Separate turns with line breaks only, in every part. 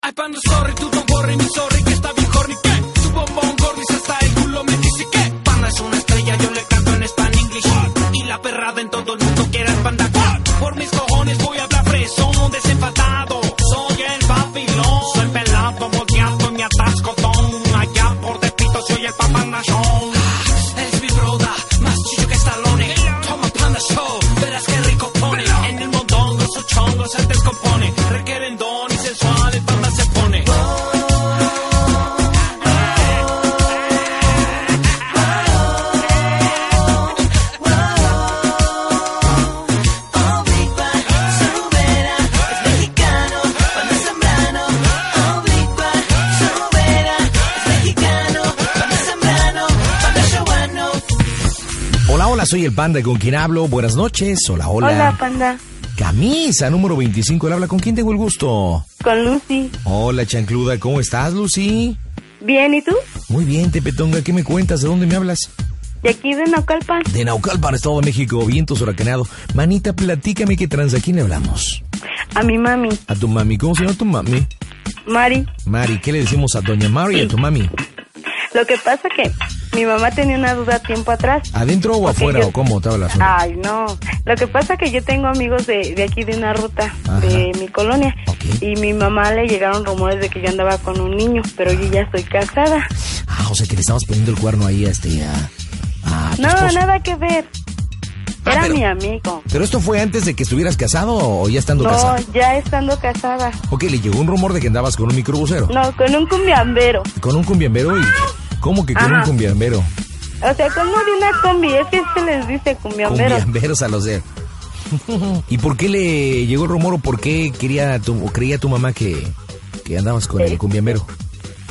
Ay, pando, sorry, tú don't worry, mi sorry, que está bien horny, que su bombón gordis hasta el culo me dice que Panda es una estrella, yo le canto en Span English Y la perrada en todo el mundo quiere al panda What? Por mis cojones voy a hablar fresón, desenfadado Soy el papilón, soy pelado, volteado, mi atascotón Allá por despito soy el papanachón Es mi broda, más chillo que Stallone Toma panda show, verás que rico pone En el mondongo su chongo se descompone Requerendón y sensual el panda se pone
Hola, hola, soy el Panda con quien hablo. Buenas noches. Hola, hola.
Hola, panda.
Camisa número 25, él habla con quién tengo el gusto.
Con Lucy.
Hola, chancluda, ¿cómo estás, Lucy?
Bien, ¿y tú?
Muy bien, Tepetonga, ¿qué me cuentas? ¿De dónde me hablas?
De aquí de Naucalpan.
De Naucalpan, Estado de México, vientos huracanado. Manita, platícame qué trans, ¿a quién le hablamos?
A mi mami,
A tu mami, ¿cómo se llama tu mami?
Mari.
Mari, ¿qué le decimos a doña Mari y a tu mami?
Lo que pasa que mi mamá tenía una duda tiempo atrás.
¿Adentro o
Porque
afuera
yo-
o cómo te hablas?
Ay, no. Lo que pasa que yo tengo amigos de, de aquí de una ruta
Ajá.
de mi colonia.
Ok.
Y mi mamá le llegaron rumores de que yo andaba con un niño, pero yo ya estoy casada.
Ah, o sea que le estamos poniendo el cuerno ahí a este, a, a tu
No,
esposo.
nada que ver.
Ah,
Era
pero-
mi amigo.
Pero esto fue antes de que estuvieras casado o ya estando
No,
casado.
ya estando casada.
Ok, le llegó un rumor de que andabas con un microbusero.
No, con un cumbiambero.
Con un cumbiambero y... ¿Cómo que con
Ajá.
un cumbiambero?
O sea, como de una combi, es que se les dice cumbiambero.
Cumbiamberos a los de... ¿Y por qué le llegó el rumor o por qué quería tu, o creía tu mamá que, que andabas con el cumbiambero?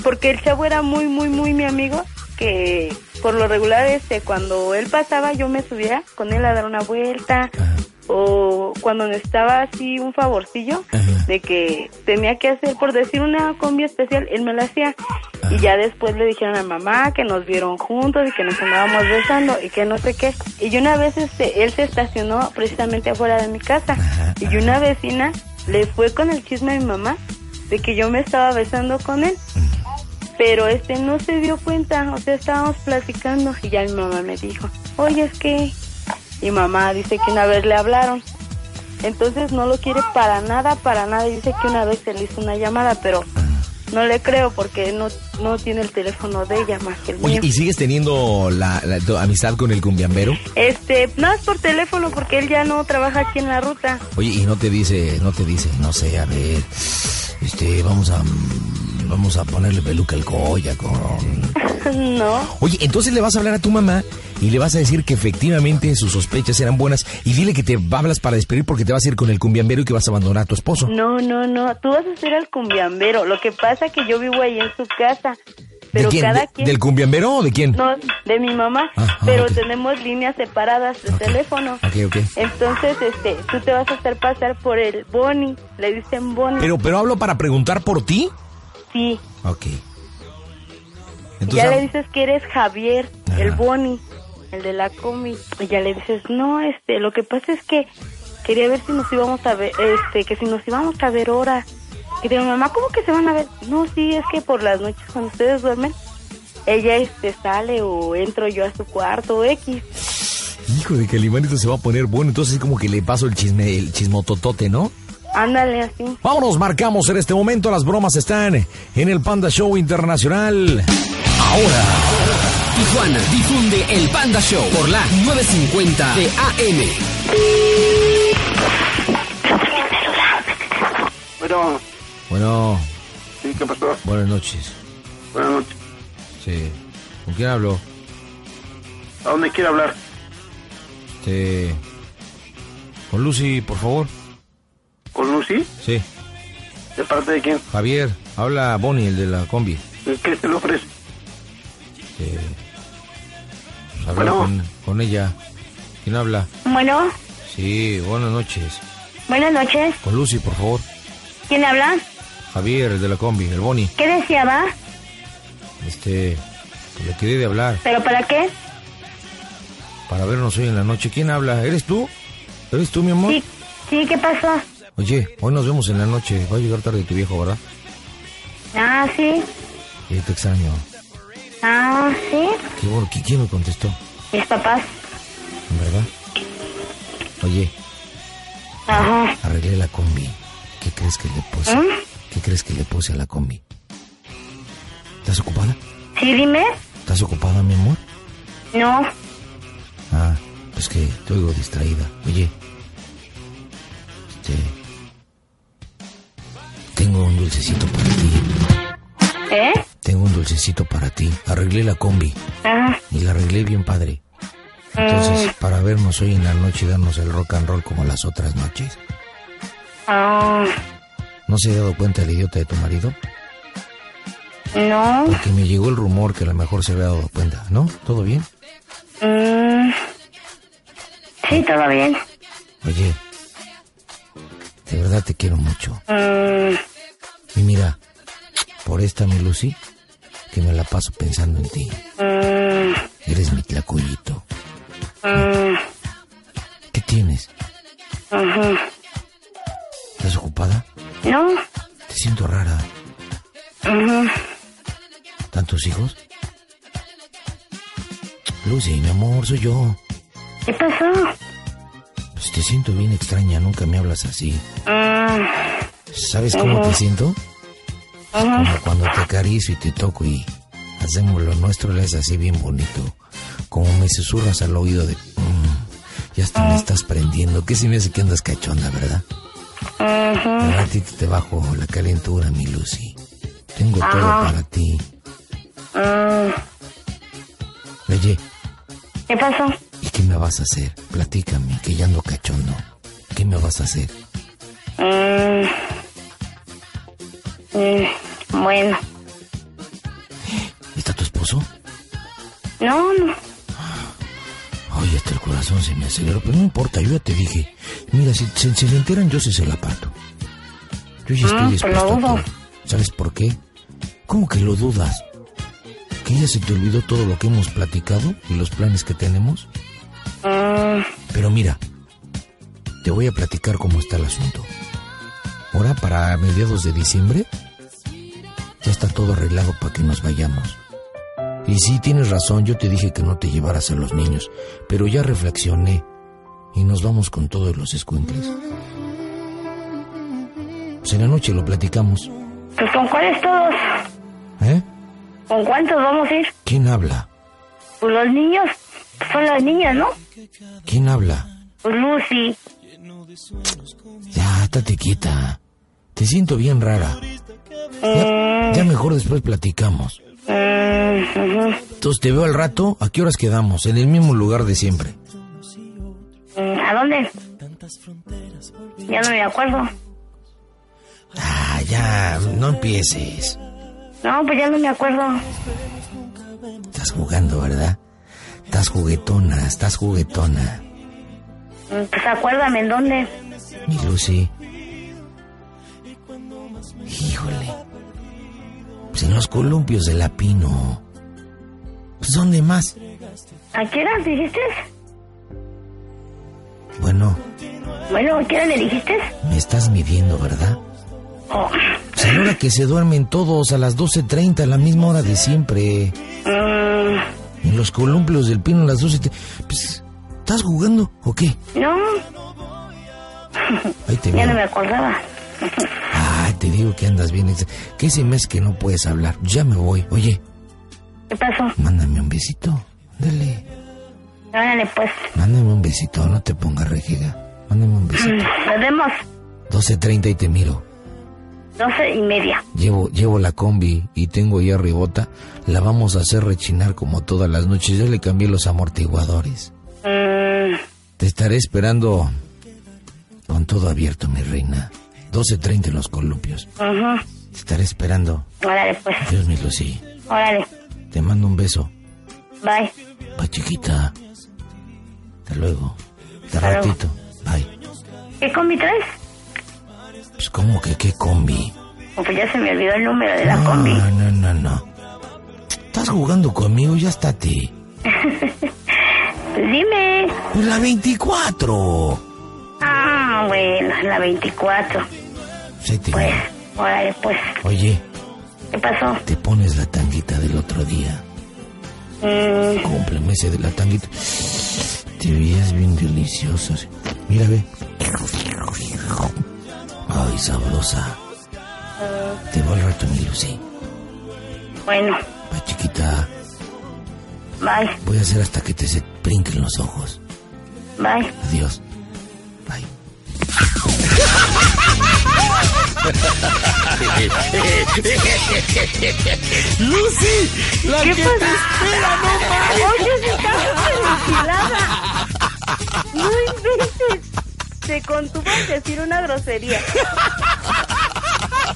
porque el chavo era muy, muy, muy mi amigo, que por lo regular, este, cuando él pasaba, yo me subía con él a dar una vuelta,
Ajá.
o cuando necesitaba así un favorcillo,
Ajá.
de que tenía que hacer, por decir una combi especial, él me la hacía, y ya después le dijeron a mamá que nos vieron juntos y que nos andábamos besando y que no sé qué, y yo una vez, este, él se estacionó precisamente afuera de mi casa, y una vecina le fue con el chisme a mi mamá de que yo me estaba besando con él pero este no se dio cuenta, o sea, estábamos platicando y ya mi mamá me dijo, oye, es que... Y mamá dice que una vez le hablaron, entonces no lo quiere para nada, para nada, y dice que una vez se le hizo una llamada, pero no le creo porque no, no tiene el teléfono de ella más que el
Oye,
mío.
¿y sigues teniendo la, la- tu amistad con el cumbiambero?
Este, no es por teléfono porque él ya no trabaja aquí en la ruta.
Oye, y no te dice, no te dice, no sé, a ver, este, vamos a, mm, vamos a ponerle peluca al colla con...
no,
Oye, entonces le vas a hablar a tu mamá y le vas a decir que efectivamente sus sospechas eran buenas y dile que te hablas para despedir porque te vas a ir con el cumbiambero y que vas a abandonar a tu esposo.
no, no, no, tú vas a ser el cumbiambero, lo que pasa que yo vivo ahí en su casa, pero
¿De quién?
cada
¿De-
quien...
¿Del cumbiambero o de quién?
No, de mi mamá,
Ah, ah,
pero
ok.
tenemos líneas separadas de
Ok.
teléfono.
Ok, ok.
Entonces, este, tú te vas a hacer pasar por el Bonnie, le dicen Bonnie.
Pero, pero hablo para preguntar por ti.
sí,
Ok.
ya le
Entonces, ah,
dices que eres Javier,
Ajá.
el Bonnie, el de la comi. Y ya le dices, "No, este, lo que pasa es que quería ver si nos íbamos a ver, este, que si nos íbamos a ver ahora." Y digo, "Mamá, ¿cómo que se van a ver?" "No, sí, es que por las noches cuando ustedes duermen, ella este sale o entro yo a su cuarto X."
hijo de que el Ivanito se va a poner bueno, entonces es como que le paso el chisme, el chismototote, ¿no?
Ándale así.
Vámonos, marcamos en este momento. Las bromas están en el Panda Show Internacional. Ahora.
Tijuana difunde el Panda Show por la 950 de AM.
Bueno,
Bueno,
sí, ¿qué pasó?
buenas noches.
Buenas noches.
Sí. ¿Con quién hablo?
¿A dónde quiere hablar?
Este. Con Lucy, por favor.
¿Con Lucy?
Sí.
¿De parte de quién?
Javier, Habla Bonnie, el de la combi.
¿Y ¿Qué se le ofrece?
Eh, pues, hablar
Bueno.
con, con ella. ¿Quién habla?
Bueno,
Sí, buenas noches.
buenas noches.
Con Lucy, por favor.
¿Quién habla?
Javier, el de la combi, el Bonnie.
¿Qué deseaba?
Este, pues, le quedé de hablar
¿Pero para qué?
para vernos hoy en la noche. ¿Quién habla? ¿Eres tú? ¿Eres tú, mi amor?
Sí, sí, ¿qué pasó?
Oye, hoy nos vemos en la noche. Va a llegar tarde tu viejo, ¿verdad?
Ah, sí.
Eh, te extraño.
Ah, sí.
Qué bueno, ¿qui- ¿quién me contestó?
Mis papás.
¿En verdad? Oye,
Ajá. ¿Mm?
arreglé la combi. ¿Qué crees que le puse?
¿Eh?
¿Qué crees que le puse a la combi? ¿Estás ocupada?
Sí, dime.
¿Estás ocupada, mi amor?
No.
Ah, pues que te oigo distraída. Oye, este... Tengo un dulcecito para ti.
¿Eh?
Tengo un dulcecito para ti. Arreglé la combi.
Ajá.
Y la arreglé bien padre.
mm,
Entonces, para vernos hoy en la noche y darnos el rock and roll como las otras noches.
Ah,
¿No se ha dado cuenta el idiota de tu marido?
no.
Porque me llegó el rumor que a lo mejor se había dado cuenta, ¿no? ¿Todo bien?
Mm. Sí, todo bien.
Oye, de verdad te quiero mucho.
Mm.
Y mira, por esta mi Lucy, que me la paso pensando en ti.
Mm.
Eres mi tlacoyito.
Mm.
¿Qué tienes?
ujú.
¿Estás ocupada?
No.
Te siento rara.
ujú.
¿Tantos hijos? Lucy, mi amor, soy yo.
¿Qué pasó?
Pues te siento bien extraña, nunca me hablas así.
Mm.
¿Sabes cómo te siento? Pues como cuando te acaricio y te toco y hacemos lo nuestro, le haces así bien bonito. Como me susurras al oído de... "Mm, ya hasta me estás prendiendo. Que si me hace que andas cachonda, ¿verdad?
ujú.
A ti te bajo la calentura, mi Lucy. Tengo todo para ti.
Mm.
Oye,
¿Qué pasó?
¿y qué me vas a hacer? Platícame, que ya ando cachondo. ¿Qué me vas a hacer?
Mm. Mm. Bueno.
¿Está tu esposo?
No, no.
Ay, hasta el corazón se me aceleró, pero no importa, yo ya te dije. Mira, si, si- si se enteran, yo sí se la parto. Yo ya estoy
Ah, pues lo
dispuesto a
dudo.
todo. ¿Sabes por qué? ¿Cómo que lo dudas? ¿Que ya se te olvidó todo lo que hemos platicado y los planes que tenemos?
Mm.
Pero mira, te voy a platicar cómo está el asunto. Ahora, para mediados de diciembre, ya está todo arreglado para que nos vayamos. Y sí, tienes razón, yo te dije que no te llevaras a los niños, pero ya reflexioné y nos vamos con todos los escuincles. Pues en la noche lo platicamos,
Pues con cuáles todos?
¿eh?
¿Con cuántos vamos a ir?
¿Quién habla?
Pues los niños. Pues son las niñas, ¿no?
¿Quién habla?
Pues Lucy.
Ya, estate quieta. Te siento bien rara. Ya- ya mejor después platicamos.
Mm, ujú.
Entonces te veo al rato. ¿A qué horas quedamos? En el mismo lugar de siempre.
Mm, ¿A dónde? Ya no me acuerdo.
Ah, ya, no empieces.
No, pues ya no me acuerdo.
Estás jugando, ¿verdad? Estás juguetona, estás juguetona.
Mm, Pues acuérdame en dónde.
Mi Lucy. Híjole. Pues en los columpios de la Pino. Pues ¿dónde más?
¿A qué hora dijiste?
Bueno,
Bueno, ¿a qué hora le dijiste?
me estás midiendo, ¿verdad?
Oh,
Pues a la hora que se duermen todos, a las 12.30, a la misma hora de siempre.
mm,
En los columpios del pino a las 12. te- Pues, ¿Estás jugando o qué?
no,
Ahí te
ya
veo.
no me acordaba.
Ay, te digo que andas bien. ex- Que ese mes que no puedes hablar. Ya me voy. Oye,
¿Qué pasó?
mándame un besito. Dale.
Órale, pues.
Mándame un besito. No te pongas rejega. Mándame un
Mm,
besito.
Nos vemos
12.30 y te miro.
doce y media.
Llevo, llevo la combi y tengo ya ribota. La vamos a hacer rechinar como todas las noches. Yo le cambié los amortiguadores.
Mm,
Te estaré esperando con todo abierto, mi reina. 12.30 en los columpios.
ujú.
Te estaré esperando.
Órale, pues.
Dios mío, Lucy.
Órale.
Te mando un beso.
Bye.
Pa chiquita. Hasta luego. Hasta
Hasta luego.
ratito. Bye.
¿Qué combi traes?
Pues como que qué combi.
O pues ya se me olvidó el número de la
no,
combi.
no, no, no. Estás jugando conmigo, ya está a ti.
Pues dime.
Pues la 24.
Ah, bueno, la 24.
Se te-
Pues, órale, pues.
Oye,
¿Qué pasó?
te pones la tanguita del otro día.
Mm,
Cómpleme ese de la tanguita. Te veías bien deliciosa. Mira, ve. Ay, sabrosa. Te va al rato, mi Lucy.
bueno,
Pa chiquita.
bye,
Voy a hacer hasta que te se brinquen los ojos.
bye.
Adiós. Bye.
¡Lucy! ¡La que te espera, no mames!
Oye, se está súper vigilada. No inventes. Se contuvo en decir una grosería.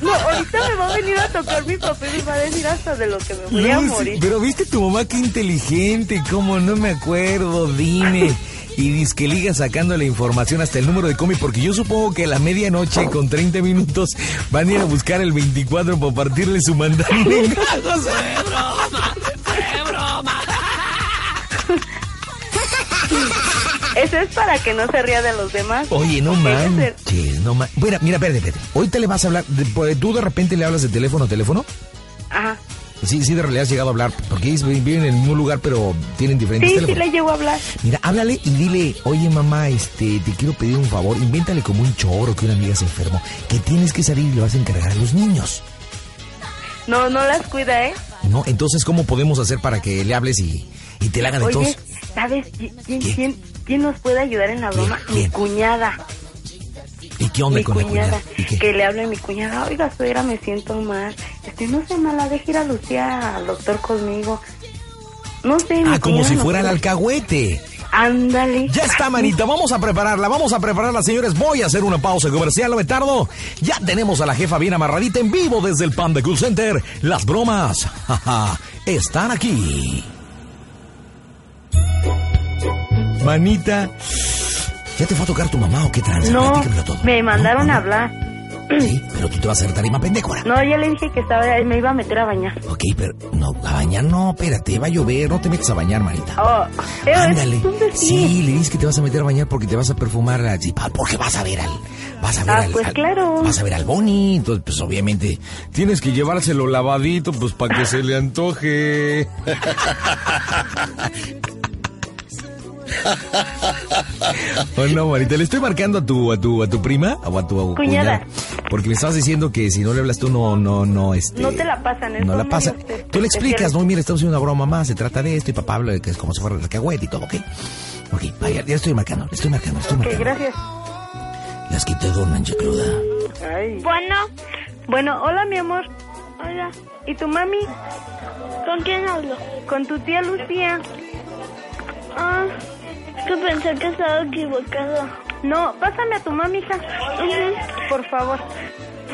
No, ahorita me va a venir a tocar mi papel y va a decir hasta de lo que me voy a
Lucy,
morir.
pero viste tu mamá qué inteligente, cómo no me acuerdo, dime. Y disque liga sacando la información hasta el número de cómic, porque yo supongo que a la medianoche con 30 minutos van a ir a buscar el 24 para partirle su mandamiento.
Eso es para que no se ría de los demás.
Oye, no manches, no manches. Mira, mira, espérate, espérate. Ahorita le vas a hablar, de- pues, tú de repente le hablas de teléfono a teléfono.
Ajá.
Sí, sí, de realidad has llegado a hablar, porque ellos viven en el mismo lugar, pero tienen diferentes
Sí, sí
teléfonos.
le llevo a hablar.
Mira, háblale y dile, oye mamá, este, te quiero pedir un favor, invéntale como un choro que una amiga se enfermó, que tienes que salir y le vas a encargar a los niños.
No, no las cuida, ¿eh?
¿No? Entonces, ¿cómo podemos hacer para que le hables y, y te la hagan
Oye,
entonces?
¿sabes qui- quién,
¿Qué?
quién, quién nos puede ayudar en la broma?
¿Quién?
Mi cuñada.
¿Y qué onda
mi
con
cuñada,
la cuñada? ¿Y qué?
que le hable a mi cuñada, oiga, suegra, me siento mal. Este, no sé, mala, deje ir a Lucía al doctor conmigo. No sé. mi
Ah, como
cuñada
si
no
fuera el
puede.
alcahuete.
Ándale.
Ya está, manita, vamos a prepararla, vamos a prepararla, señores. Voy a hacer una pausa comercial, no me tardo. Ya tenemos a la jefa bien amarradita en vivo desde el Panda Cool Center. Las bromas, jaja, están aquí. Manita, ¿ya te fue a tocar tu mamá o qué tranza?
No,
Platícamelo todo.
me mandaron
¿No?
a hablar.
Sí, pero tú te vas a hacer tarima pendejora.
No, ya le dije que estaba, me iba a meter a bañar.
Ok, pero no, a bañar no, espérate, va a llover, no te metes a bañar, manita.
Oh, pero es
Ándale.
un decir.
Sí, le dices que te vas a meter a bañar porque te vas a perfumar la chipa, porque vas a ver al. Vas a ver
Ah,
al.
pues
al-
claro.
Vas a ver al Bonnie. Entonces, pues obviamente.
Tienes que llevárselo lavadito, pues para que se le antoje.
Oh, no, Marita, le estoy marcando a tu, a tu, a tu prima o a tu
Cuñada.
Porque me estabas diciendo que si no le hablas tú, no, no, no, este.
No te la pasan, es
No la
muy
pasa.
espe-
Tú le
especial.
explicas, no, mira, estamos haciendo una broma más, se trata de esto, y papá habla de que es como si fuera la cagüeta y todo, ¿ok? Ok, vaya, ya estoy marcando, le estoy marcando, le estoy
Ok,
marcando.
gracias.
Las que te duermen, chicluda.
Ay.
Bueno,
Bueno, hola, mi amor.
hola,
¿Y tu mami?
¿con quién hablo?
Con tu tía Lucía.
Ah, es que pensé que estaba equivocado.
No, pásame a tu mami, hija.
Ujú.
Por favor.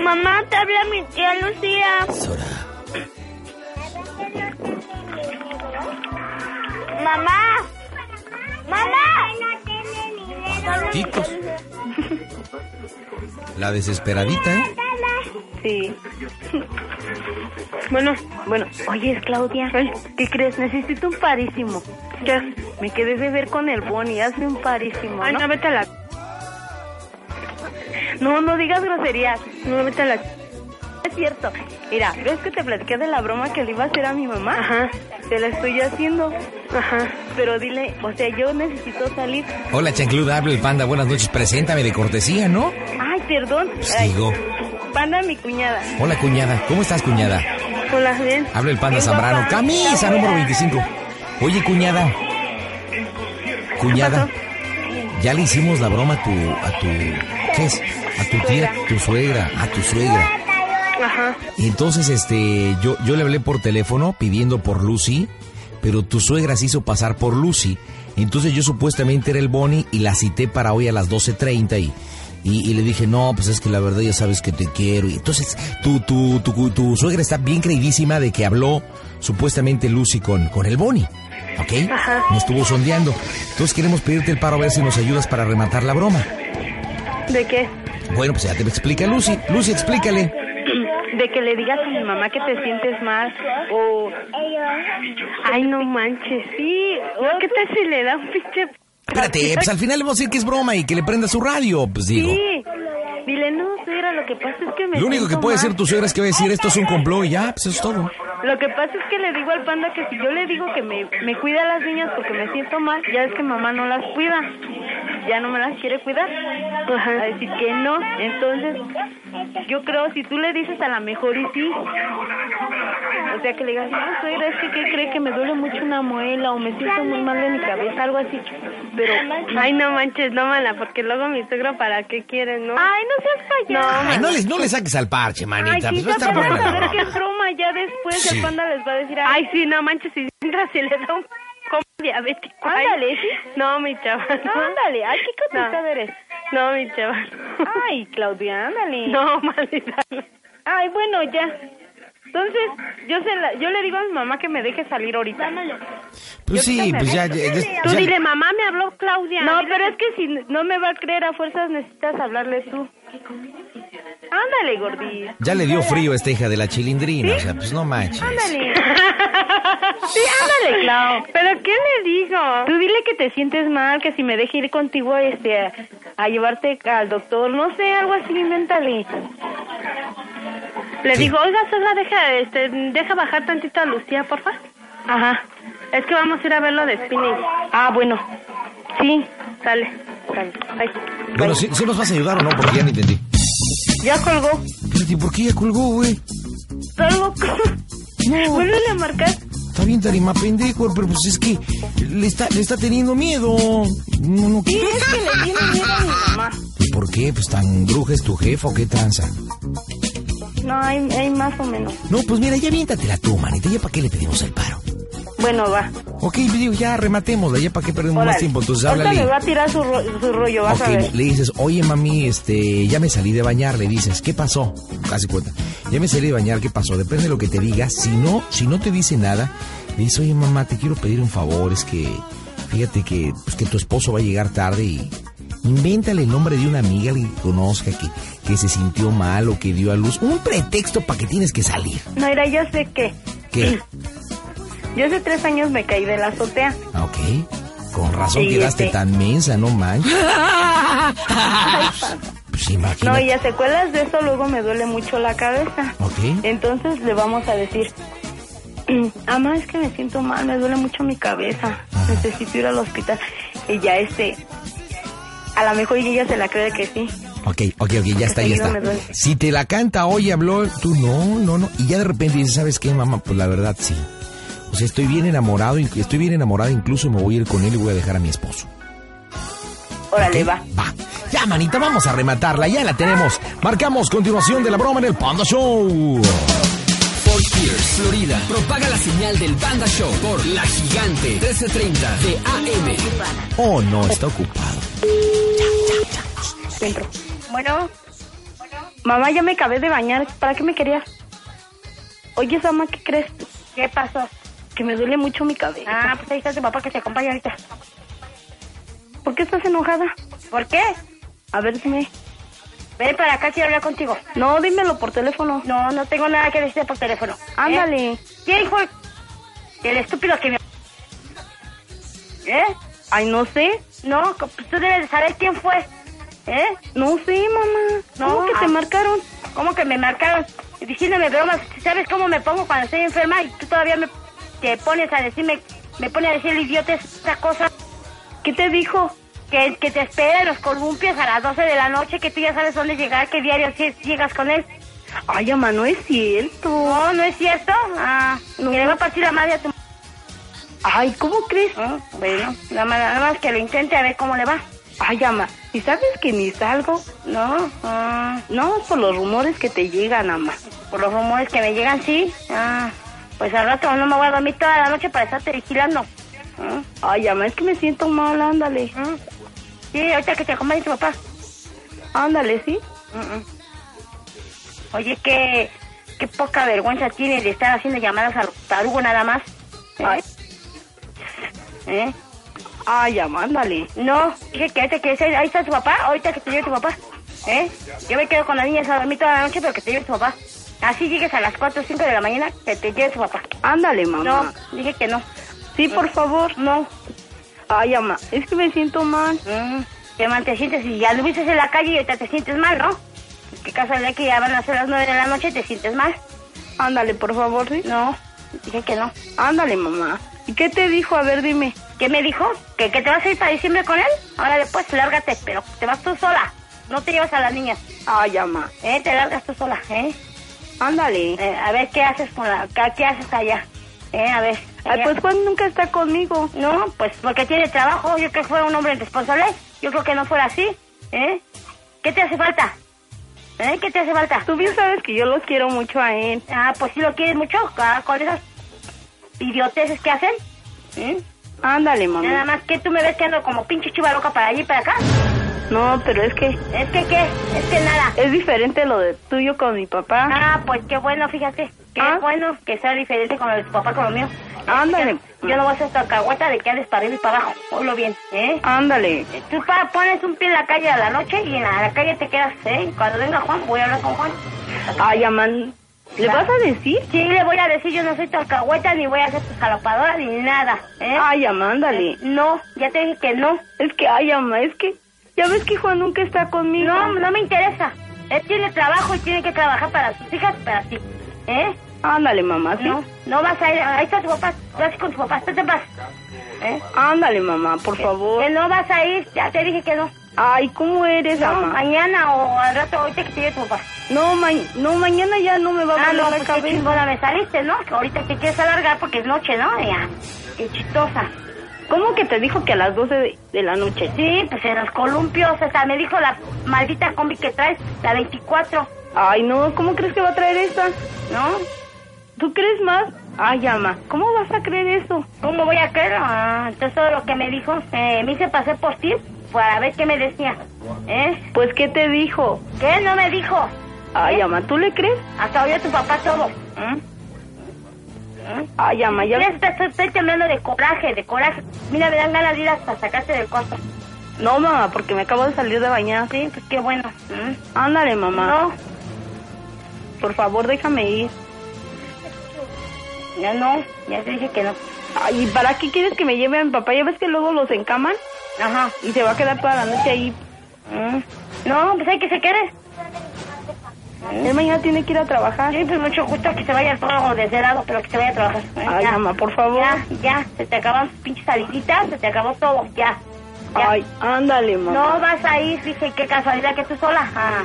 Mamá, te habla mi tía Lucía.
Sora.
Mamá. Mamá.
Malditos. La desesperadita, ¿eh?
Sí. Bueno, bueno. Oye, es Claudia. ¿Qué crees? Necesito un parísimo. ¿Qué? Me quedé de ver con el Bonnie. Hazme un parísimo, ¿no?
vete a la...
No, no digas groserías. No, vete la... Es cierto. Mira, ¿ves que te platiqué de la broma que le iba a hacer a mi mamá? Ajá. Te la estoy haciendo. Ajá. Pero dile, o sea, yo necesito salir.
Hola, chancluda, habla el panda, buenas noches, preséntame de cortesía, ¿no?
Ay, perdón.
Pues
Ay,
digo.
Panda, mi cuñada.
Hola, cuñada, ¿cómo estás, cuñada?
Hola, bien.
Habla el panda
Bien
Zambrano,
guapa.
camisa número 25. Oye, cuñada. Cuñada, ya le hicimos la broma a tu, a tu, ¿qué es? A tu tía, tu suegra, a tu suegra.
Ajá.
Y entonces, este, yo, yo le hablé por teléfono pidiendo por Lucy, pero tu suegra se hizo pasar por Lucy. Entonces yo supuestamente era el Bonnie y la cité para hoy a las 12.30 y, Y, y le dije, no, pues es que la verdad ya sabes que te quiero. Y entonces, tu, tu, tu, tu suegra está bien creidísima de que habló supuestamente Lucy con, con el Boni. ¿Ok? Me estuvo sondeando. Entonces queremos pedirte el paro a ver si nos ayudas para rematar la broma.
¿De qué?
Bueno, pues ya te explica Lucy. Lucy, explícale.
De que le digas a mi mamá que te sientes mal o... Ay, no manches, sí. O, ¿Qué tal si le da un pinche...
Espérate, pues al final le vamos a decir que es broma y que le prenda su radio, pues digo.
Sí. Dile, no, suegra, lo que pasa es que me
Lo único que
siento
puede
mal.
decir tu suegra es que va a decir esto es un complot y ya, pues eso es todo.
Lo que pasa es que le digo al panda que si yo le digo que me, me cuida a las niñas porque me siento mal, ya es que mamá no las cuida, ya no me las quiere cuidar. A decir que no, entonces yo creo si tú le dices a la mejor y sí. O sea que le digas, no, suegra, es que ¿qué cree que me duele mucho una muela o me siento muy mal de mi cabeza, algo así. Pero, ay, no manches, no mala, porque luego mi suegra, ¿para qué quiere, no? Ay, no seas callado.
Ay, no, les, no le saques al parche, manita. Pues
Ay, sí,
va a estar
pero
buena
vamos
la
a ver
broma.
qué es broma. Ya después
Sí.
el panda les va a decir, ay, sí, no manches, si entras y le da un como diabético. Ándale, sí. No, mi chaval. Ándale, ay, qué contestada eres. No, mi chaval. Ay, Claudia, ándale. No, maldita. Ay, bueno, ya. Entonces, yo se la- yo le digo a mi mamá que me deje salir ahorita.
Pues sí, pues ya. ya- ya- ya-
mamá, me habló Claudia. No, pero es que si no me va a creer, a fuerzas necesitas hablarle tú. Ándale, gordita.
ya le dio frío a esta hija de la chilindrina, o sea, pues no manches.
Ándale. sí, ándale, Clau. ¿Pero qué le digo? Tú dile que te sientes mal, que si me deje ir contigo este, a, a llevarte al doctor, no sé, algo así, invéntale. Le digo, oiga, sola, deja, este, deja bajar tantito a Lucía, porfa. Ajá. Es que vamos a ir a verlo de spinning. Ah, bueno. Sí, sale. Sale. Ay.
Bueno, ¿sí, sí nos vas a ayudar o no? Porque ya no entendí.
Ya colgó.
Espérate, ¿por qué ya colgó, güey?
Colgó. Vuelve a marcar.
Está bien tarima pendejo, pero pues es que le está, le está teniendo miedo. No, no, ¿qué?
Es que le tiene miedo a mi mamá.
¿Por qué? Pues tan bruja es tu jefa o qué tranza.
No, hay, hay más o menos.
No, pues mira, ya viéntatela tú, manita. ¿Ya para qué le pedimos el paro?
Bueno, va.
Ok, pues digo, ya rematémosla. ¿Ya para qué perdemos más
Órale.
tiempo? Entonces
Ahorita
háblale.
me va a tirar su, ro- su rollo, vas a ver.
Ok, le dices, oye mami, este, ya me salí de bañar, le dices, ¿qué pasó? Casi cuenta, ya me salí de bañar, ¿qué pasó? Depende de lo que te diga, si no, si no te dice nada, le dices, oye mamá, te quiero pedir un favor, es que, fíjate que, pues, que tu esposo va a llegar tarde y invéntale el nombre de una amiga que conozca, que, que se sintió mal o que dio a luz, un pretexto para que tienes que salir.
No, mira, yo sé que.
¿Qué?
Yo hace tres años me caí de la azotea.
Ah, Ok, con razón
Sí,
quedaste
este-
tan mensa, no manches. Pues
No,
imagínate,
y a secuelas de eso luego me duele mucho la cabeza.
ok.
Entonces le vamos a decir, mamá, es que me siento mal, me duele mucho mi cabeza, necesito ir al hospital. Y ya este, a lo mejor ella se la cree que sí.
Ok, ok, ok, ya está, ya
Seguido
está.
me duele.
Si te la canta hoy, habló, tú no, no, no. Y ya de repente dices, ¿sabes qué, mamá? Pues la verdad sí. O sea, estoy bien enamorado, inc- estoy bien enamorada, incluso me voy a ir con él y voy a dejar a mi esposo.
Órale,
¿ok?
va.
Va. Ya, manita, vamos a rematarla, ya la tenemos. Marcamos continuación de la broma en el Panda Show.
Fort Pierce, Florida. Propaga la señal del Panda Show por La Gigante 1330 de AM.
Oh, no, está ocupado.
Dentro. Bueno. Mamá, ya me acabé de bañar. ¿Para qué me querías? Oye, Sama, ¿qué crees? ¿Qué pasó? Que me duele mucho mi cabeza. Ah, pues ahí está tu papá que te acompaña ahorita. ¿Por qué estás enojada? ¿Por qué? A ver, dime.
Ven para acá, quiero hablar contigo.
No, dímelo por teléfono.
No, no tengo nada que decirte por teléfono. ¿Eh?
Ándale.
¿Qué hijo? El estúpido que me... ¿Eh?
Ay, no sé.
No, co- pues tú debes de saber quién fue. ¿Eh?
No sé, mamá. No,
No,
que te
ah.
marcaron.
¿Cómo que me marcaron diciéndome bromas? ¿Sabes cómo me pongo cuando estoy enferma? Y tú todavía me te pones a decirme, me pones a decir idiota esa cosa
¿Qué te dijo?
que, que te espera en los columpios a las 12 de la noche, que tú ya sabes dónde llegar, qué diario si llegas con él.
Ay, mamá, no es cierto.
No, no es cierto. Ah,
No.
Que le va a partir la madre a tu
Ay, ¿cómo crees?
Ah, Bueno, nada más, nada más que lo intente a ver cómo le va.
Ay, mamá, ¿y sabes que ni salgo?
No, ah,
No, por los rumores que te llegan, mamá.
por los rumores que me llegan, sí. Ah, pues al rato no me voy a dormir toda la noche para estarte vigilando. Ah,
Ay, mamá, es que me siento mal, ándale.
ah. Sí, ahorita que te acompañe tu papá.
Ándale, ¿sí?
Mm-mm. Oye, qué, qué poca vergüenza tiene de estar haciendo llamadas al tarugo nada más. ¿Eh? ¿Eh?
Ay, ándale.
No, dije que ahorita que se- ahí está tu papá, ahorita que te lleve tu papá. ¿Eh? Yo me quedo con las niñas a dormir toda la noche, pero que te lleve tu papá. Así llegues a las 4 o 5 de la mañana, que te lleve tu papá.
Ándale, mamá.
No, dije que no.
Sí, por favor.
No.
Ay, mamá, es que me siento mal.
Te man- Mm, te sientes y ya lo viste en la calle y ahorita te sientes mal, ¿no? Qué casualidad que ya van a ser las 9 de la noche y te sientes mal.
Ándale, por favor, ¿sí?
No, dije que no.
Ándale, mamá. ¿Y qué te dijo? A ver, dime.
¿Qué me dijo? ¿Que, que te vas a ir para diciembre con él? Ahora después lárgate, pero te vas tú sola. No te llevas a las niñas.
Ay, mamá.
¿Eh? Te largas tú sola, ¿eh?
Ándale.
Eh, a ver, ¿qué haces con la... ca- ¿Qué haces allá? Eh, a ver.
Ay,
allá.
pues Juan nunca está conmigo.
No, pues porque tiene trabajo. Yo creo que fuera un hombre responsable. Yo creo que no fuera así. ¿Eh? ¿Qué te hace falta? ¿Eh? ¿Qué te hace falta?
Tú bien sabes que yo los quiero mucho a él.
Ah, pues si lo quieres mucho, ah, con esas idioteces que hacen. ¿eh?
Ándale,
Nada
mamá.
más que tú me ves que ando como pinche chiva loca para allí y para acá.
No, pero es que
Es que qué, es que nada.
es diferente lo de tuyo con mi papá.
Ah, pues qué bueno, fíjate. Qué
Ah.
bueno que sea diferente con lo de tu papá con lo mío.
Ándale.
Ah, Yo no voy a hacer esta cagüeta de que andes para arriba y para abajo. Oílo bien, ¿eh?
Ándale.
Tú pa- pones un pie en la calle a la noche y en la, la calle te quedas, ¿eh? Cuando venga Juan, voy a hablar con Juan.
Ay, mamá. ¿Le vas a decir?
Sí, le voy a decir, yo no soy tu alcahueta, ni voy a ser tu jalopadora, ni nada, ¿eh?
Ay, mamá, ándale.
No, ya te dije que no.
Es que, ay, mamá, es que ya ves que Juan nunca está conmigo.
No, no me interesa. Él tiene trabajo y tiene que trabajar para sus hijas, para ti, ¿eh?
Ándale, mamá, sí.
No, no vas a ir. Ahí está tu papá. Vas con tu papá. Tú te vas. ¿Eh?
Ándale, mamá, por favor.
Que no vas a ir. Ya te dije que no.
Ay, ¿cómo eres,
No,
mamá?
mañana o al rato ahorita que te lleve tu papá.
No, ma- no, mañana ya no me va a
Ah, no,
volar la
pues qué
cabeza.
chingona me saliste, ¿no? Que ahorita te quieres alargar porque es noche, ¿no? Ya. Qué chistosa.
¿Cómo que te dijo que a las 12 de, de la noche?
Sí, pues en los columpios. Hasta me dijo la maldita combi que traes, la 24,
Ay, no, ¿cómo crees que va a traer esa?
¿no?
¿Tú crees más? Ay, mamá, ¿cómo vas a creer eso?
¿Cómo voy a creer? Ah, entonces todo lo que me dijo, eh, me hice pasar por ti para ver qué me decía. ¿Eh?
Pues, ¿qué te dijo?
¿Qué no me dijo?
Ay,
¿Eh?
mamá, ¿tú le crees?
Hasta oyó tu papá todo. ¿Mm?
Ay, mamá, ya...
Mira, estoy, estoy- estoy temblando de coraje, de coraje. Mira, me dan ganas de ir hasta sacarte del cuarto.
No, mamá, porque me acabo de salir de bañar.
Sí, pues qué bueno. ¿Mm?
Ándale, mamá.
No,
Por favor, déjame ir.
ya no, ya te dije que no.
Ay, ¿y para qué quieres que me lleve a mi papá? ¿Ya ves que luego los encaman?
Ajá.
Y se va a quedar toda la noche ahí.
¿Mm? No, pues hay que se quede. ¿Eh?
Él mañana tiene que ir a trabajar.
Sí, pues mucho gusto que se vaya todo desherado, pero que se vaya a trabajar. ¿eh?
Ay,
ya,
mamá, por favor.
ya, ya, se te acaban tus pinches saliditas, se te acabó todo, ya. ya.
Ay, ándale, mamá.
No vas a ir, dije, qué casualidad que tú sola. Ah,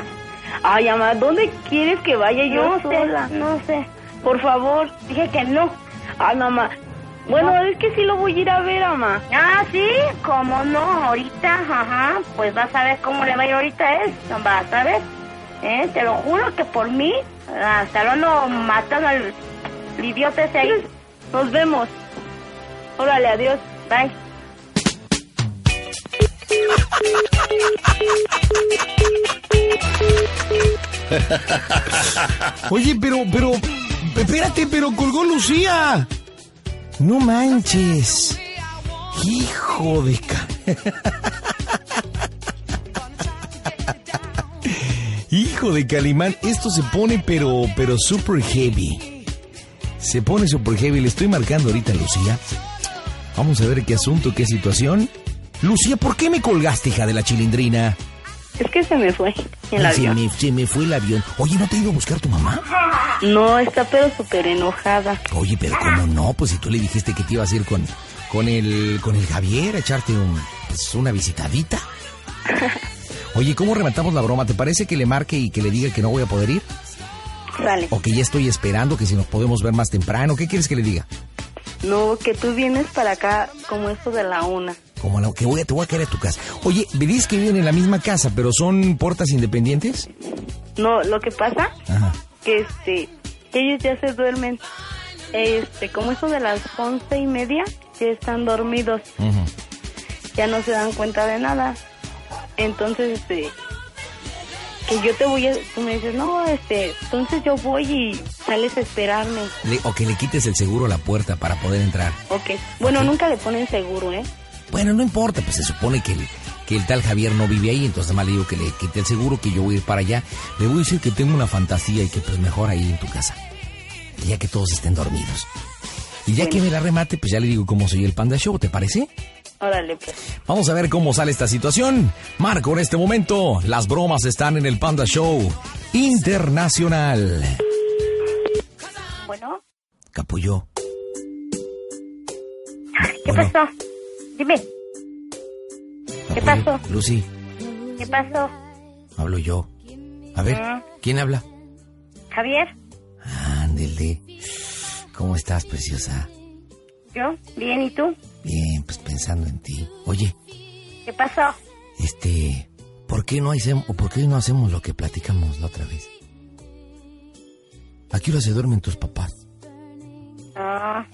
Ay, mamá, ¿dónde quieres que vaya yo
no
sola?
sé, no sé.
Por favor.
Dije que no.
Ay, mamá. Bueno, es que sí lo voy a ir a ver, mamá.
Ah, sí, cómo no, ahorita, ajá, pues vas a ver cómo le va a ir ahorita ¿eh? él, vas a ver, ¿eh? te lo juro que por mí, hasta lo ando matando al al idiota ese ahí.
Nos vemos. Órale, adiós.
Bye.
Oye, pero, pero, espérate, pero colgó Lucía. No manches. Hijo de ca... Hijo de Calimán, esto se pone pero, pero super heavy. Se pone super heavy, le estoy marcando ahorita a Lucía. Vamos a ver qué asunto, qué situación. Lucía, ¿por qué me colgaste, hija de la chilindrina?
Es que se me fue el
se,
avión.
me, se me fue el avión. Oye, ¿no te iba a buscar tu mamá?
No, está pero súper enojada.
Oye, pero cómo no, pues si tú le dijiste que te ibas a ir con, con el con el Javier a echarte un, pues, una visitadita. Oye, ¿cómo rematamos la broma? ¿Te parece que le marque y que le diga que no voy a poder ir?
Vale.
¿O que ya estoy esperando que si nos podemos ver más temprano? ¿Qué quieres que le diga?
No, que tú vienes para acá como esto de la una.
Como la que voy a, te voy a caer a tu casa. Oye, me dices que viven en la misma casa, pero son puertas independientes.
No, lo que pasa
Ajá.
que este que ellos ya se duermen. Este, como eso de las once y media, ya están dormidos,
Ujú.
ya no se dan cuenta de nada. Entonces, este, que yo te voy a... Tú me dices, no, este, entonces yo voy y sales a esperarme.
Le- o que le quites el seguro a la puerta para poder entrar.
Ok. Bueno, nunca le ponen seguro, ¿eh?
Bueno, no importa, pues se supone que el, que el tal Javier no vive ahí, entonces nada más le digo que le quite el seguro, que yo voy a ir para allá. Le voy a decir que tengo una fantasía y que pues mejor ahí en tu casa. Y ya que todos estén dormidos. Y ya que me la remate, pues ya le digo cómo soy el Panda Show, ¿te parece?
Órale, pues.
Vamos a ver cómo sale esta situación. Marco, en este momento, las bromas están en el Panda Show Internacional.
Bueno,
Capullo.
¿qué pasó? Dime, ¿qué pasó?
Lucy,
¿Qué pasó?
hablo yo. A ver,
Ah.
¿quién habla?
Javier,
Ándele. ¿Cómo estás, preciosa?
yo, bien, ¿y tú?
Bien, pues pensando en ti. Oye,
¿Qué pasó?
este, ¿por qué no hacemos, por qué no hacemos lo que platicamos la otra vez? ¿A qué hora se duermen tus papás?
Ah,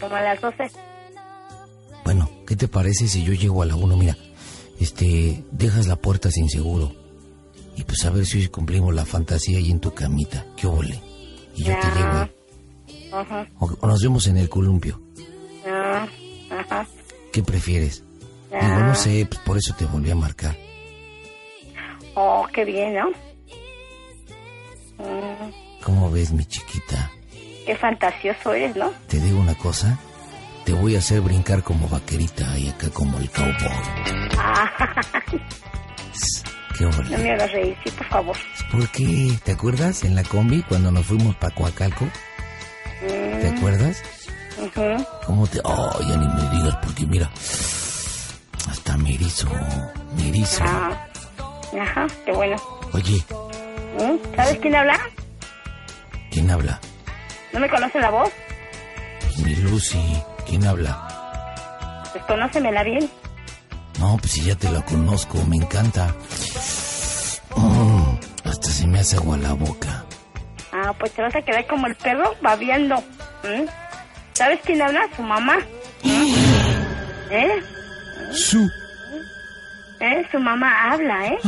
como a las 12.
Bueno, ¿qué te parece si yo llego a la uno? Mira, este, dejas la puerta sin seguro. Y pues a ver si hoy cumplimos la fantasía ahí en tu camita. ¿Qué ole? Y yo te llego. ¿eh?
Ajá,
O, o nos vemos en el columpio.
ah, ajá.
¿Qué prefieres? Digo,
Ah.
no sé, pues por eso te volví a marcar.
Oh, qué bien, ¿no? Mm,
¿Cómo ves, mi chiquita?
qué fantasioso eres, ¿no?
Te digo una cosa, te voy a hacer brincar como vaquerita y acá como el cowboy.
Ah,
¿Qué
no
ole?
me hagas reír, sí, por favor.
¿Por qué? ¿Te acuerdas en la combi cuando nos fuimos para Coacalco? ¿Te acuerdas?
Mm. Ujú.
¿Cómo te...? Oh, ya ni me digas porque mira, hasta me erizo, me erizo.
Ah, ajá, qué bueno.
Oye,
Mm, ¿Sabes quién habla?
¿quién habla?
¿No me conoce la voz?
Pues mi Lucy, ¿quién habla?
Pues conócemela bien.
No, pues si ya te la conozco, me encanta. Mm, hasta se me hace agua la boca.
Ah, pues te vas a quedar como el perro babeando. ¿Mm? ¿Sabes quién habla? Su mamá. ¿Mm? ¿Eh?
Su...
¿Eh? Su mamá habla, ¿eh?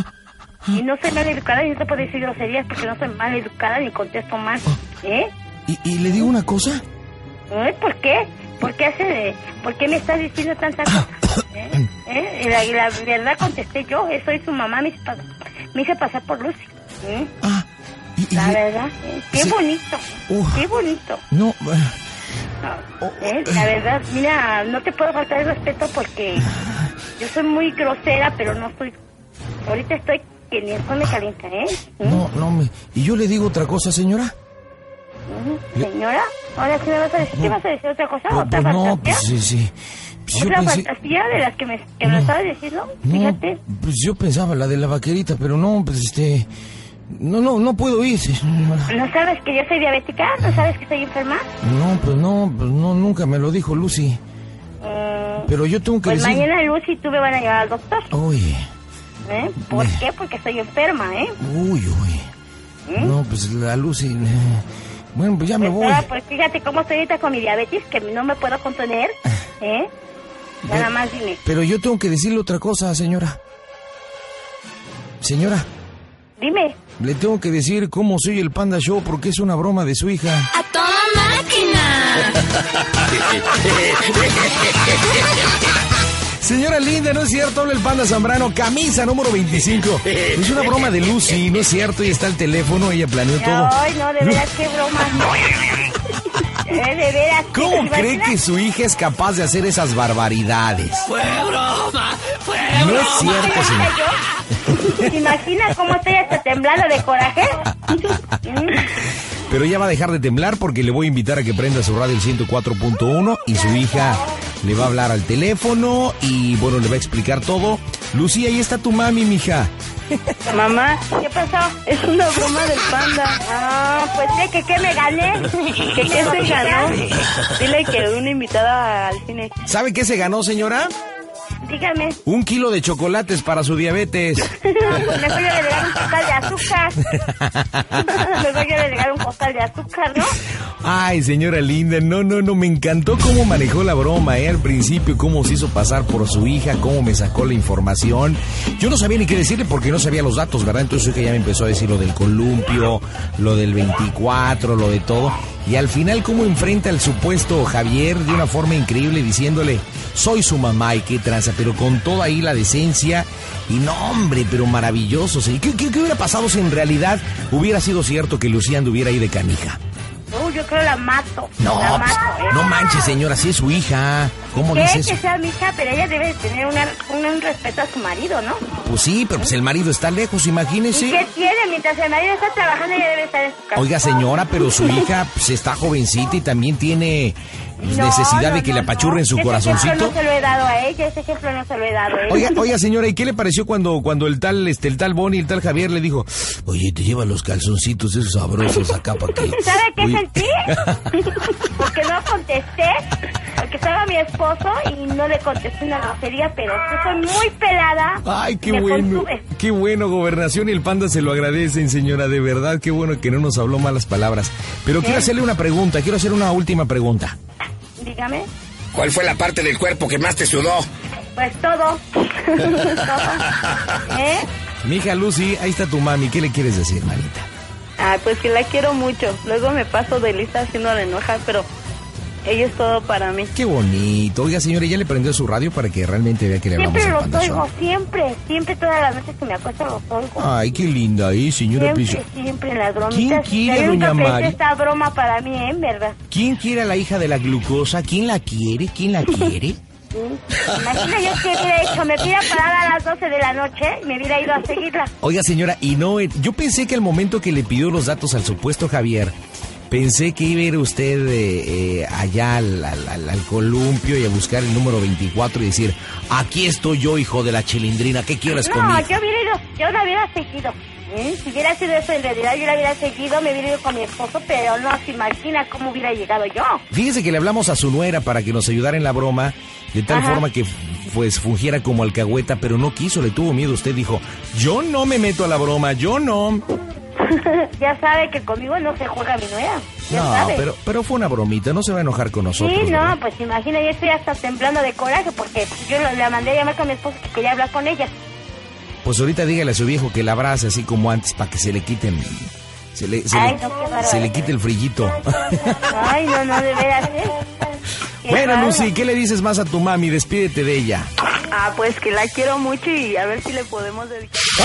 Y no soy mal educada y no te puedo decir groserías porque no soy mal educada ni contesto mal. ¿Eh?
¿Y, y le digo una cosa?
¿Eh? ¿Por qué? ¿Por qué, hace de- ¿Por qué me estás diciendo tanta cosa? ¿Eh? ¿Eh? Y la, y la verdad contesté yo, eh, soy su mamá, me hice, pa- me hice pasar por Lucy. ¿eh?
Ah,
la verdad, ¿eh? qué
sí.
bonito,
Uf.
qué bonito.
No, oh,
¿eh? La verdad, mira, no te puedo faltar el respeto porque yo soy muy grosera, pero no soy... Ahorita estoy que ni el sol me calienta, ¿eh?
no, no me... ¿Y yo le digo otra cosa, señora?
Ujú. Señora, ahora sí me vas a decir, ¿qué vas a decir otra cosa?
Pues
¿Otra
no,
fantasía?
pues sí, sí. Pues yo
¿Otra
pensé... Mm.
fantasía de las que me, que me acabas de decir, no?
No,
Fíjate.
pues yo pensaba la de la vaquerita, pero no, pues este... No, no, no puedo ir. señora.
¿No sabes que yo soy diabética? ¿No sabes que estoy enferma?
No, pues no, pues no, nunca me lo dijo Lucy.
Mm,
Pero yo tengo que
pues
decir...
mañana Luz y tú me van a llevar al doctor.
Uy,
¿eh? ¿Por qué? Porque estoy enferma, ¿eh?
uy, uy. No, pues la Lucy... eh, Bueno, pues ya me voy.
Ahora, ¿Mm? pues fíjate cómo estoy ahorita con mi diabetes, que no me puedo contener, ¿eh? Nada más dime.
Pero yo tengo que decirle otra cosa, señora. Señora,
Dime.
le tengo que decir cómo soy el Panda Show porque es una broma de su hija.
¡A toda máquina!
Señora linda, no es cierto, habla el Panda Zambrano, camisa número 25. Es una broma de Lucy, no es cierto, y está el teléfono, ella planeó todo.
Ay, no, de veras, qué broma. Eh, de veras.
¿Cómo
¿te
cree
imaginas?
que su hija es capaz de hacer esas barbaridades?
¡Fue broma! ¡Fue
No
broma!
es cierto, señor.
¿Te imaginas cómo estoy hasta temblando de coraje?
Pero ya va a dejar de temblar porque le voy a invitar a que prenda su radio el 104.1 y su hija le va a hablar al teléfono y bueno, le va a explicar todo. Lucía, ahí está tu mami, mija.
Mamá, ¿qué pasó? Es una broma del panda. Ah, pues sé que qué me gané.
¿Qué, qué se ganó? Dile que una invitada al cine.
¿Sabe qué se ganó, señora?
Dígame.
Un kilo de chocolates para su diabetes.
No, pues me voy a agregar un costal de azúcar. me voy a agregar un costal de azúcar, ¿no?
Ay, señora linda, no, no, no, me encantó cómo manejó la broma, ¿eh? Al principio, cómo se hizo pasar por su hija, cómo me sacó la información. Yo no sabía ni qué decirle porque no sabía los datos, ¿verdad? Entonces su hija ya me empezó a decir lo del columpio, lo del 24, lo de todo. Y al final, cómo enfrenta al supuesto Javier de una forma increíble diciéndole, soy su mamá y qué tranza, pero con toda ahí la decencia y no, hombre, pero maravilloso. ¿sí? ¿Qué, qué, qué hubiera pasado si en realidad hubiera sido cierto que Lucía anduviera ahí de canija?
Uh, yo creo la mato.
No,
la
pues,
mato, ¿eh?
no manches, señora, si es su hija. ¿Cómo
Que
dices?
que sea mi hija, pero ella debe de tener una- una- un respeto a su marido, ¿no?
Pues sí, pero pues el marido está lejos,
¿Y
imagínese.
qué tiene? Mientras el marido está trabajando, ella debe estar en su casa.
Oiga, señora, pero su hija pues, está jovencita y también tiene pues,
No,
necesidad
no,
de que
no,
le apachurren su
Ese
corazoncito.
ejemplo no se lo he dado a ella, ese ejemplo no se lo he dado a ella.
Oiga, oiga, señora, ¿y qué le pareció cuando, cuando el tal, este, el tal Bonnie, el tal Javier le dijo, oye, te lleva los calzoncitos esos sabrosos acá para que...
¿Sabe qué
Uy.
sentí? Porque no contesté, porque estaba mi esposo y no le contesté una grosería, pero sí soy muy pelada.
Ay, qué
Me
bueno.
contuve.
Qué bueno, gobernación y el panda se lo agradecen, señora, de verdad, qué bueno que no nos habló malas palabras. Pero quiero hacerle una pregunta, quiero hacer una última pregunta.
Dígame,
¿Cuál fue la parte del cuerpo que más te sudó?
pues todo. Todo. ¿Eh?
Mi hija Lucy, ahí está tu mami, ¿qué le quieres decir, manita?
Ah, pues que la quiero mucho. Luego me paso de lista haciéndola enojar, pero ella es todo para mí.
Qué bonito. Oiga, señora, ya le prendió su radio para que realmente vea que le hablamos
Siempre
al
los
panda
oigo,
Show.
siempre, siempre todas las veces que me acuesto los oigo.
Ay, qué linda, ¿eh, señora?
Siempre,
Pues,
siempre las bromitas.
quiere,
Yo
doña
nunca pensé
Mari?
esta broma para mí, ¿eh? En verdad.
¿Quién quiere a la hija de la glucosa? ¿Quién la quiere? ¿Quién la quiere?
Imagina yo que hubiera hecho, me hubiera parado a las 12 de la noche y me hubiera ido a seguirla.
Oiga, señora, y no, eh, yo pensé que al momento que le pidió los datos al supuesto Javier, pensé que iba a ir usted eh, eh, allá al, al- al- al columpio y a buscar el número 24 y decir, aquí estoy yo, hijo de la chilindrina, ¿qué quieres
no,
Pues conmigo?
yo hubiera ido, yo la hubiera seguido. ¿eh? Si hubiera sido eso en realidad, yo la hubiera seguido, me hubiera ido con mi esposo, pero no se imagina cómo hubiera llegado yo.
Fíjese que le hablamos a su nuera para que nos ayudara en la broma, de tal
Ajá.
forma que pues fungiera como alcahueta, pero no quiso, le tuvo miedo. Usted dijo, yo no me meto a la broma, yo no.
ya sabe que conmigo no se juega mi nueva. Ya
No,
sabe.
pero, pero fue una bromita, no se va a enojar con
Sí,
nosotros. ¿verdad?
no, pues imagina, yo estoy hasta temblando de coraje porque yo lo- la mandé a llamar con mi esposo que quería hablar con ella.
Pues ahorita dígale a su viejo que la abrace así como antes para que se le quiten... Se le, se
Ay,
le-
no, qué bárbaro.
se le quite el frillito.
Ay, no, no, de veras, ¿eh? Qué
bueno,
bárbaro.
Lucy, ¿qué le dices más a tu mami? Despídete de ella.
Ah, pues que la quiero mucho y a ver si le podemos dedicar.